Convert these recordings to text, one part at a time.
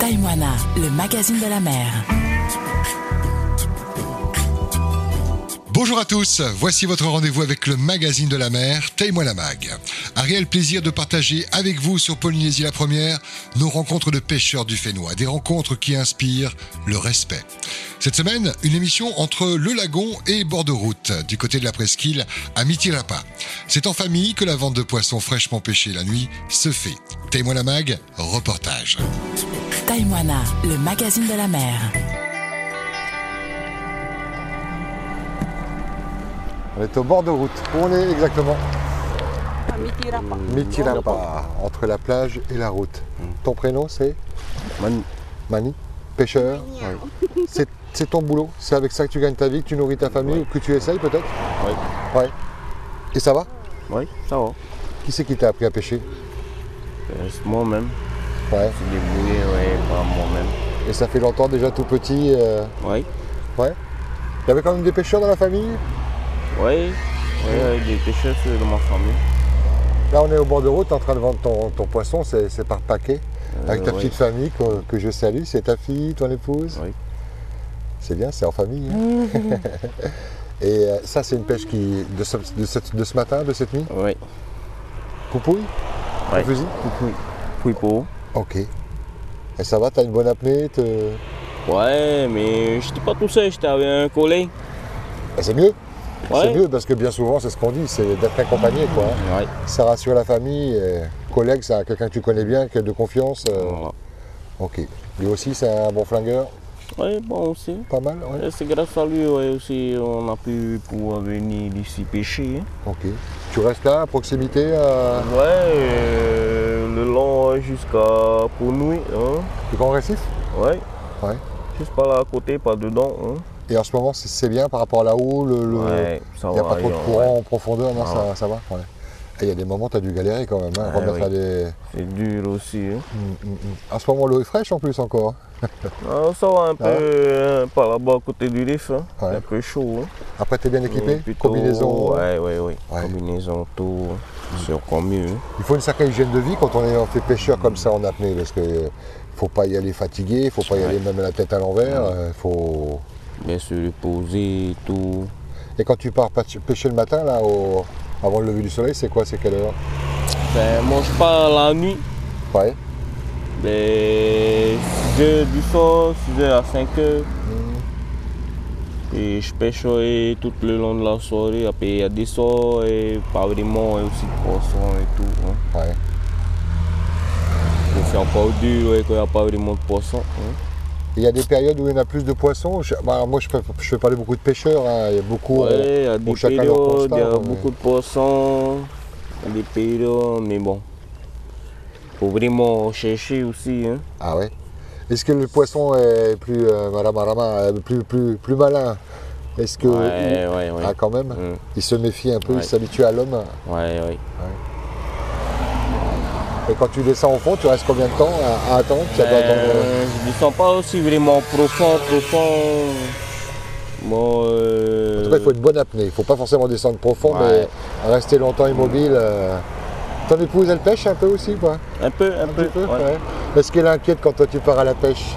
Taïmoana, le magazine de la mer. Bonjour à tous, voici votre rendez-vous avec le magazine de la mer, Taille-moi la mag. Un réel plaisir de partager avec vous sur Polynésie la Première nos rencontres de pêcheurs du Fénois, des rencontres qui inspirent le respect. Cette semaine, une émission entre le lagon et bord de route, du côté de la presqu'île à Mitirapa. C'est en famille que la vente de poissons fraîchement pêchés la nuit se fait. Taille-moi la mag, reportage. Taïmoana, le magazine de la mer. On est au bord de route, où on est exactement Hmm. À Mitirapa. Mitirapa, entre la plage et la route. Ton prénom c'est Manu. Hmm. Mani, pêcheur. C'est- C'est ton boulot, c'est avec ça que tu gagnes ta vie, que tu nourris ta famille, ou que tu essayes peut-être Oui. Ouais. Et ça va Oui, ça va. Qui c'est qui t'a appris à pêcher Euh, c'est moi-même. Ouais. Je suis débrouillé ouais, par moi-même. Et ça fait longtemps déjà tout petit euh, Oui. Ouais. Il y avait quand même des pêcheurs dans la famille Oui. Oui, oui, des pêcheurs c'est euh, dans ma famille. Là on est au bord de route en train de vendre ton, ton poisson, c'est c'est par paquet. Avec ta Euh, oui. petite famille que, que je salue, c'est ta fille, ton épouse Oui. C'est bien, c'est en famille. hein. Et euh, ça c'est une pêche qui de ce, de ce- de ce matin, de cette nuit Oui. Poupouille Ouais. Au fusil Puis, puis pour. Ok. Et ça va, t'as une bonne apnée te- Ouais, mais j'étais pas tout seul, j'étais avec un collègue. Ah, C'est mieux C'est Ouais. mieux parce que bien souvent, c'est ce qu'on dit, c'est d'être accompagné. Quoi. hein. Ouais. Ça rassure la famille, euh, collègue, c'est quelqu'un que tu connais bien, qui est de confiance. euh, Voilà. Ok. Lui aussi, c'est un bon flingueur, Ouais, bon aussi. pas mal ouais. Et C'est grâce à lui ouais, aussi on a pu pouvoir venir ici pêcher. hein. Ok. Tu restes là, à proximité euh, Ouais, euh, le long jusqu'à pour nuit. Hein. du grand récif Ouais. Ouais. Juste par là à côté, pas dedans. hein. Et en ce moment, c'est- c'est bien par rapport à la haut, le- le- Ouais, ça il n'y a va, pas trop de ouais. courant en profondeur, non, Ah ça, ça va ouais. Et il y a des moments, tu as dû galérer quand même, hein, Ouais, remettre oui. à des... C'est dur aussi. hein. Hum, hum, hum. En ce moment, l'eau est fraîche en plus encore. hein. Ah, ça va un peu Ah ouais. euh, par là-bas à côté du riff, hein. Ouais. C'est un peu chaud. hein. Après, t'es bien équipé Mais plutôt- Combinaison euh? Ouais, ouais, ouais. Ouais. Hmm. Combinaison, tout. C'est encore mieux. hein. Il faut une sacrée hygiène de vie quand on est on fait pêcheur comme ça en apnée, parce que euh, faut pas y aller fatigué, faut pas y Ouais. aller même la tête à l'envers. euh, faut... Bien se reposer, tout. Et quand tu pars pêche- pêcher le matin, là, au- avant le lever du soleil, c'est quoi C'est quelle heure Ben, mange pas la nuit. Ouais. Des 6 heures du soir, 6 heures à 5 heures. Hmm. Et je pêche ouais, tout le long de la soirée. Après, il y a des sorts, et pas vraiment, et aussi de poissons et tout. hein. ouais. C'est encore dur ouais, quand il n'y a pas vraiment de poissons. hein. Il y a des périodes où il y en a plus de poissons. Je- bah, alors moi, je ne fais, je fais pas aller beaucoup de pêcheurs. hein, Il y a beaucoup. Ouais, il y a des bon, chacun leur périodes, il y a constat, mais- beaucoup de poissons, il y a des périodes, mais bon. Faut vraiment chercher aussi. Hein. Ah ouais. Est-ce que le poisson est plus euh, marama, marama, euh, plus, plus, plus malin Est-ce que Ouais, ouais, ouais. ah quand même Mm. Il se méfie un peu, Ouais. il s'habitue à l'homme. Ouais, Eh ouais. Et quand tu descends au fond, tu restes combien de temps à, à attendre Ça doit attendre, euh, Euh, je ne sens pas aussi vraiment profond, profond. Bon, euh, En tout cas, il faut une bonne apnée. Il ne faut pas forcément descendre profond, Ouais. mais rester longtemps immobile. euh. Ton épouse, elle pêche un peu aussi, quoi un peu, un, Un peu. petit peu ouais. ouais. Est-ce qu'elle inquiète quand toi tu pars à la pêche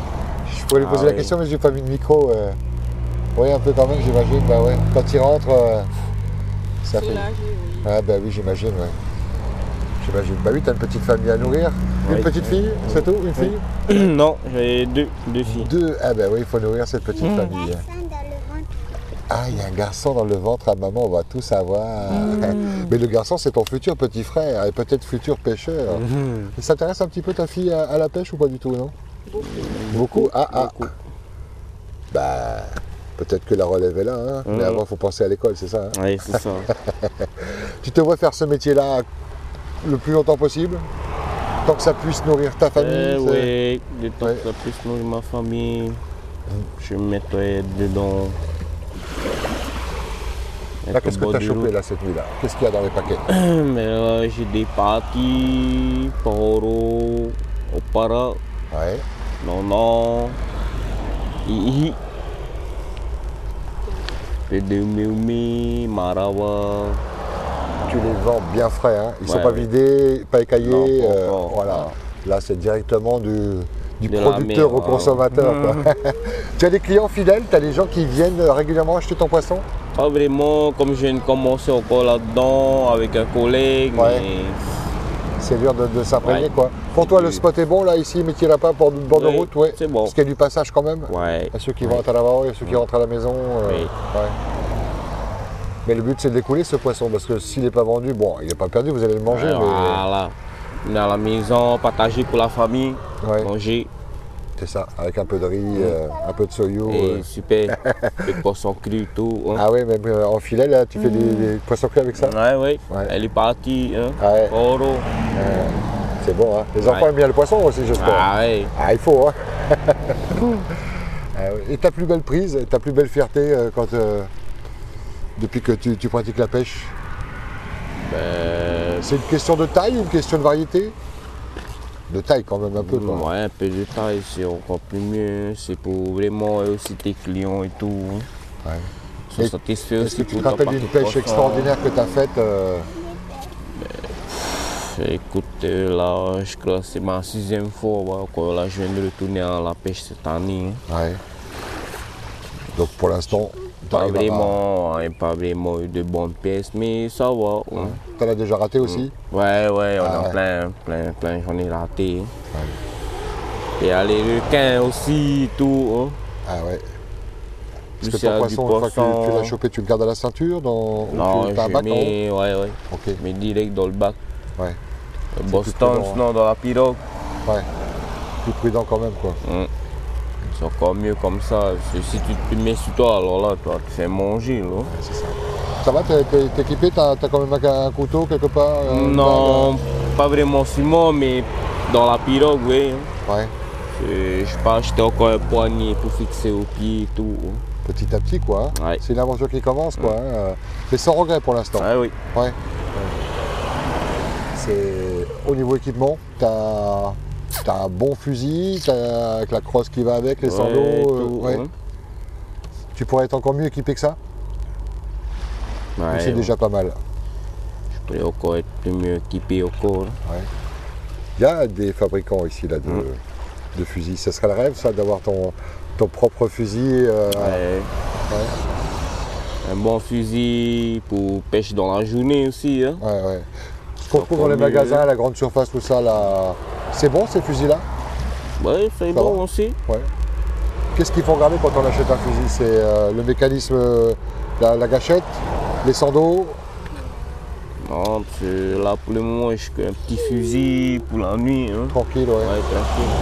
Je pourrais lui Ah poser la oui. question, mais j'ai pas mis de micro. euh. Oui, un peu quand même, j'imagine. Bah ouais. Quand il rentre, euh, ça fait. Soulagé, oui. Ah, bah oui, j'imagine, ouais. J'imagine. Bah oui, t'as une petite famille à nourrir. Une Oui. petite fille, c'est tout Une fille non, j'ai deux, deux filles. Deux. Ah, bah oui, il faut nourrir cette petite Mmh. famille. Ah, il y a un garçon dans le ventre à maman, on va tout savoir. Mais le garçon, c'est ton futur petit frère et peut-être futur pêcheur. Ça S'intéresse un petit peu ta fille à, à la pêche ou pas du tout, non Beaucoup. Ah, ah. Bah, peut-être que la relève est là, hein. mais Mhm. avant, il faut penser à l'école, c'est ça. hein. Ouais, c'est ça. Tu te vois faire ce métier-là le plus longtemps possible Tant que ça puisse nourrir ta famille Euh, c'est- ouais, de temps Ouais. que ça puisse nourrir ma famille, je vais me mettre ouais, dedans. Là, qu'est-ce Être que au tu as bord du chopé là cette nuit-là Qu'est-ce qu'il y a dans les paquets loup. Mais là, j'ai des parties, poro, opara, Ouais. non non, hihi, peu de miumi, marawa. Tu les vends bien frais, hein. ils sont Ouais, pas ouais. vidés, pas écaillés. Non, pas euh, encore, voilà. non. Là, c'est directement du, du De la producteur mer, au ouais. consommateur. quoi. tu as des clients fidèles, tu as des gens qui viennent régulièrement acheter ton poisson Pas vraiment, comme je viens de commencer encore là-dedans avec un collègue, Ouais. mais C'est dur de, de s'imprégner Ouais. quoi. Pour toi, le Oui. spot est bon là, ici, Mitirapa, pour bord de Oui, route, ouais. c'est bon. Parce qu'il y a du passage quand même. ouais. À ceux qui vont à Talavao et à ceux qui rentrent à la maison. euh, Oui. ouais. Mais le but, c'est de découler ce poisson parce que s'il n'est pas vendu, bon, il n'est pas perdu, vous allez le manger. mais- Voilà. On est à la maison, partagé pour la famille, Ouais. manger, C'est ça, avec un peu de riz, euh, un peu de soyo. et euh. super, le poisson cru, tout. hein. Ah oui, mais euh, en filet, là, tu fais Mmh. des, des poissons crus avec ça Ouais, ouais, Ouais. Elle est partie, hein. Ouais. Oro. C'est bon, hein Les Ouais. enfants aiment bien le poisson aussi, j'espère. Ah ouais. Ah, il faut, hein Ah oui. Et ta plus belle prise, ta plus belle fierté euh, quand, euh, depuis que tu, tu pratiques la pêche Ben, C'est une question de taille ou une question de variété De taille quand même un peu, quoi. ouais, un peu de taille, c'est encore plus mieux. hein. C'est pour vraiment euh, aussi tes clients et tout. hein. Ouais. Ils sont Et satisfaits Est-ce que aussi tu pour te ta rappelles partie d'une de pêche poisson. extraordinaire que tu as faite euh, Écoute, euh, là, je crois que c'est ma sixième fois bah, que là, je viens de retourner à la pêche cette année. hein. ouais. Donc pour l'instant, tu Pas vraiment, hein, pas vraiment eu de bonnes pièces, mais ça va. hein. as déjà raté aussi Ouais, ouais, on Ah a ouais. plein, plein, plein, j'en ai raté. hein. Et ah, les requins aussi, et tout. hein. Ah ouais. Parce Plus que il y a ton du poisson, une fois que tu- tu, l'as poisson. chopé, tu le gardes à la ceinture dans, ou Non, tu t'as un je bac en haut mets, ouais, ouais. Ok, Je mets direct dans le bac. ouais. Le prudent, Boston, hein. sinon dans la pirogue. Ouais. Plus prudent quand même quoi. C'est encore mieux comme ça. Parce que si tu te mets sur toi, alors là, toi, tu fais manger. Là. Ça va, t'es, t'es- t'es équipé, t'as, t'as quand même un, un couteau quelque part euh, une non, pas vraiment sur moi, mais dans la pirogue, oui. hein. bague, euh, Ouais. Je, je pas acheter encore un poignet pour fixer au pied et tout. hein. Petit à petit quoi. hein. Ouais. Mm. C'est une aventure qui commence quoi. hein, euh, Mais sans regret pour l'instant. Ah oui. Ouais. Ouais. C'est au niveau équipement, t'as t'as un bon fusil, t'as avec la crosse qui va avec, les Ouais, sandos. euh, tout, ouais. hein. Tu pourrais être encore mieux équipé que ça. mais Ouais, c'est déjà pas mal. Je pourrais encore être plus mieux équipé encore. Il y a des fabricants ici là de, Mm. de fusils. Ça serait le rêve ça d'avoir ton, ton propre fusil. euh, Ouais. Un bon fusil pour pêche dans la journée aussi. hein. ouais, ouais. Ce qu'on trouve dans les Encore mieux. magasins, la grande surface, tout ça là. C'est bon ces fusils là Ouais, c'est Ça bon va aussi. Ouais. Qu'est-ce qu'il faut regarder quand on achète un fusil C'est euh, le mécanisme, euh, la, la gâchette, les sandos. Non, parce que là pour le moment, je suis un petit fusil pour la nuit. Hein. Tranquille, ouais. Ouais, tranquille.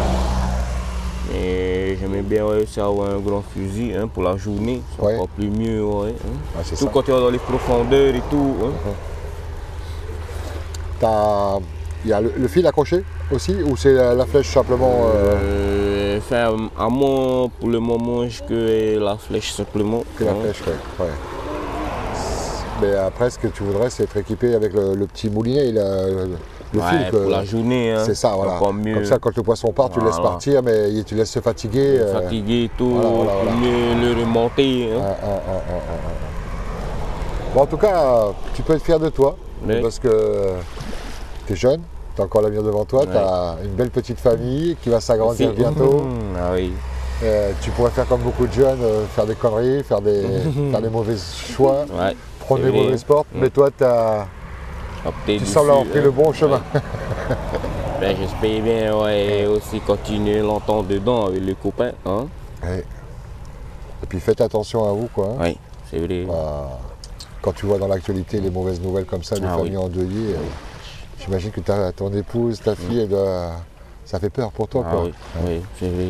Mais j'aimais bien ouais, aussi avoir un grand fusil hein, pour la journée. C'est Ouais. encore plus mieux. Ouais, hein. Ouais, c'est Tout ça. quand tu es dans les profondeurs et tout. hein. T'as- Il y a le, le fil accroché aussi ou c'est la, la flèche simplement euh, Euh, enfin, à moi, pour le moment, je que la flèche simplement. que la hein. flèche ouais. Ouais. Mais après, ce que tu voudrais, c'est être équipé avec le, le petit moulinet et le, euh, le Ouais, fil. que- pour la journée. hein. C'est ça, voilà. Encore mieux. Comme ça, quand le poisson part, tu le laisses Voilà. partir, mais tu le laisses se fatiguer. euh, Fatigué et tout, voilà, voilà, pour voilà. mieux le remonter. hein. Ah, ah, ah, ah, ah, ah. Bon, en tout cas, euh, tu peux être fier de toi, Oui. parce que tu es jeune, tu as encore l'avenir devant toi, tu as une belle petite famille qui va s'agrandir Si- bientôt. Ah oui. Euh, tu pourrais faire comme beaucoup de jeunes, euh, faire des conneries, faire des, faire des mauvais choix, Ouais. prendre c'est des vrai, mauvaises hein. portes, mais toi, t'as- Opter tu dessus, sembles avoir pris hein. le bon chemin. Ben, J'espère bien ouais, et aussi continuer longtemps dedans avec les copains. Hein. Ouais. Et puis faites attention à vous, quoi. hein. Oui, c'est vrai. Bah, quand tu vois dans l'actualité les mauvaises nouvelles comme ça, des Ah oui. familles endeuillées, euh, j'imagine que ta- ton épouse, ta fille, elle doit- ça fait peur pour toi. Ah quoi. oui, oui, c'est vrai.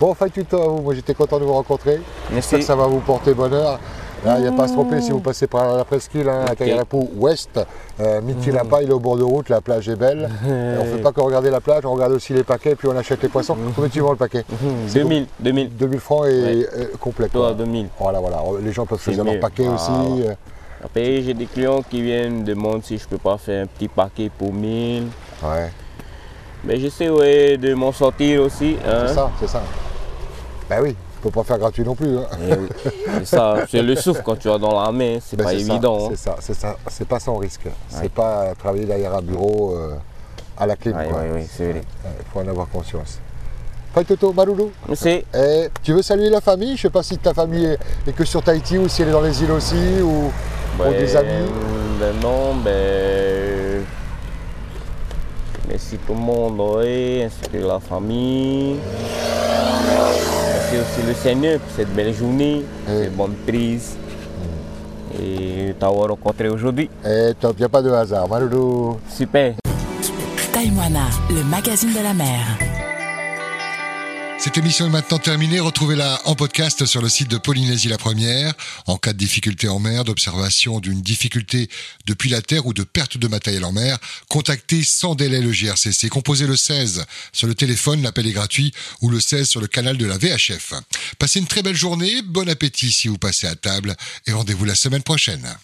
Bon, fight tuto à vous. Moi, j'étais content de vous rencontrer. J'espère Merci. que ça va vous porter bonheur. Là, Il n'y a pas à se tromper si vous passez par la presqu'île, hein, à Mmh. Ok. Mmh. Tairapou Ouest. Euh, Mitilapa, il est au bord de route, la plage est belle. Et on ne fait pas que regarder la plage, on regarde aussi les paquets, puis on achète les poissons. Mmh. Combien tu vends le paquet C'est 2000, 2000. 2000 francs et Ouais. bah euh, complet. Toi, quoi. 2000. Voilà, voilà. Les gens peuvent C'est choisir leur mieux. paquet Ah, aussi. ouais. euh, Après, j'ai des clients qui viennent me demander si je peux pas faire un petit paquet pour 1000. Ouais, Mais j'essaie ouais, de m'en sortir aussi. hein. c'est ça, c'est ça. Bah Ben oui, faut pas faire gratuit non plus. hein. Eh oui, C'est ça, c'est le souffle quand tu as dans la main, c'est Ben, Bah, pas c'est ça, évident. hein. C'est ça, c'est ça. C'est pas sans risque. C'est Ouais. pas travailler derrière un bureau euh, à la clim. Oui, quoi. oui, oui, c'est vrai. Il faut en avoir conscience. Fai Toto, Maloulou Merci. Eh, tu veux saluer la famille Je sais pas si ta famille est, est que sur Tahiti ou si elle est dans les îles aussi ou, ou Ben, des amis. ben Non, ben. Merci tout le monde, oui, ainsi que la famille. Merci aussi le Seigneur pour cette belle journée, cette bonne prise. Et t'avoir rencontré aujourd'hui. Eh top, y a pas de hasard. Maloulou Super. Taïwana, le magazine de la mer. Cette émission est maintenant terminée. Retrouvez-la en podcast sur le site de Polynésie la Première. En cas de difficulté en mer, d'observation d'une difficulté depuis la terre ou de perte de matériel en mer, contactez sans délai le GRCC. Composez le 16 sur le téléphone, l'appel est gratuit, ou le 16 sur le canal de la VHF. Passez une très belle journée, bon appétit si vous passez à table et rendez-vous la semaine prochaine.